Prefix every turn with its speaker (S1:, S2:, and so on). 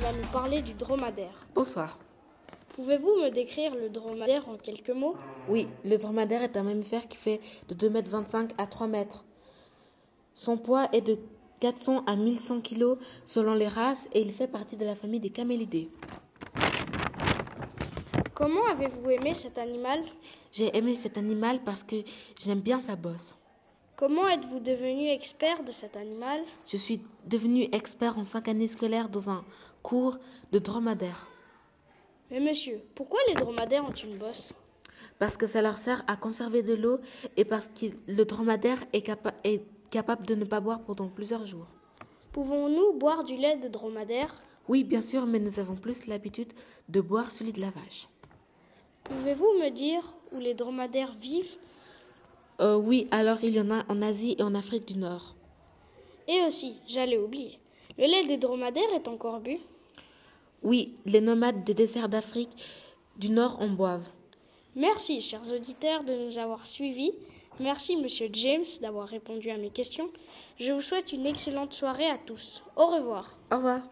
S1: va nous parler du dromadaire.
S2: Bonsoir.
S1: Pouvez-vous me décrire le dromadaire en quelques mots
S2: Oui, le dromadaire est un mammifère qui fait de 2,25 m à 3 m. Son poids est de 400 à 1100 kg selon les races et il fait partie de la famille des camélidés.
S1: Comment avez-vous aimé cet animal
S2: J'ai aimé cet animal parce que j'aime bien sa bosse.
S1: Comment êtes-vous devenu expert de cet animal
S2: Je suis devenu expert en 5 années scolaires dans un cours de dromadaire
S1: Mais monsieur, pourquoi les dromadaires ont une bosse
S2: parce que ça leur sert à conserver de l'eau et parce que le dromadaire est, capa- est capable de ne pas boire pendant plusieurs jours.
S1: Pouvons-nous boire du lait de dromadaire
S2: Oui, bien sûr, mais nous avons plus l'habitude de boire celui de la vache.
S1: Pouvez-vous me dire où les dromadaires vivent
S2: Euh, oui, alors il y en a en Asie et en Afrique du Nord.
S1: Et aussi, j'allais oublier, le lait des dromadaires est encore bu
S2: Oui, les nomades des déserts d'Afrique du Nord en boivent.
S1: Merci, chers auditeurs, de nous avoir suivis. Merci, monsieur James, d'avoir répondu à mes questions. Je vous souhaite une excellente soirée à tous. Au revoir.
S2: Au revoir.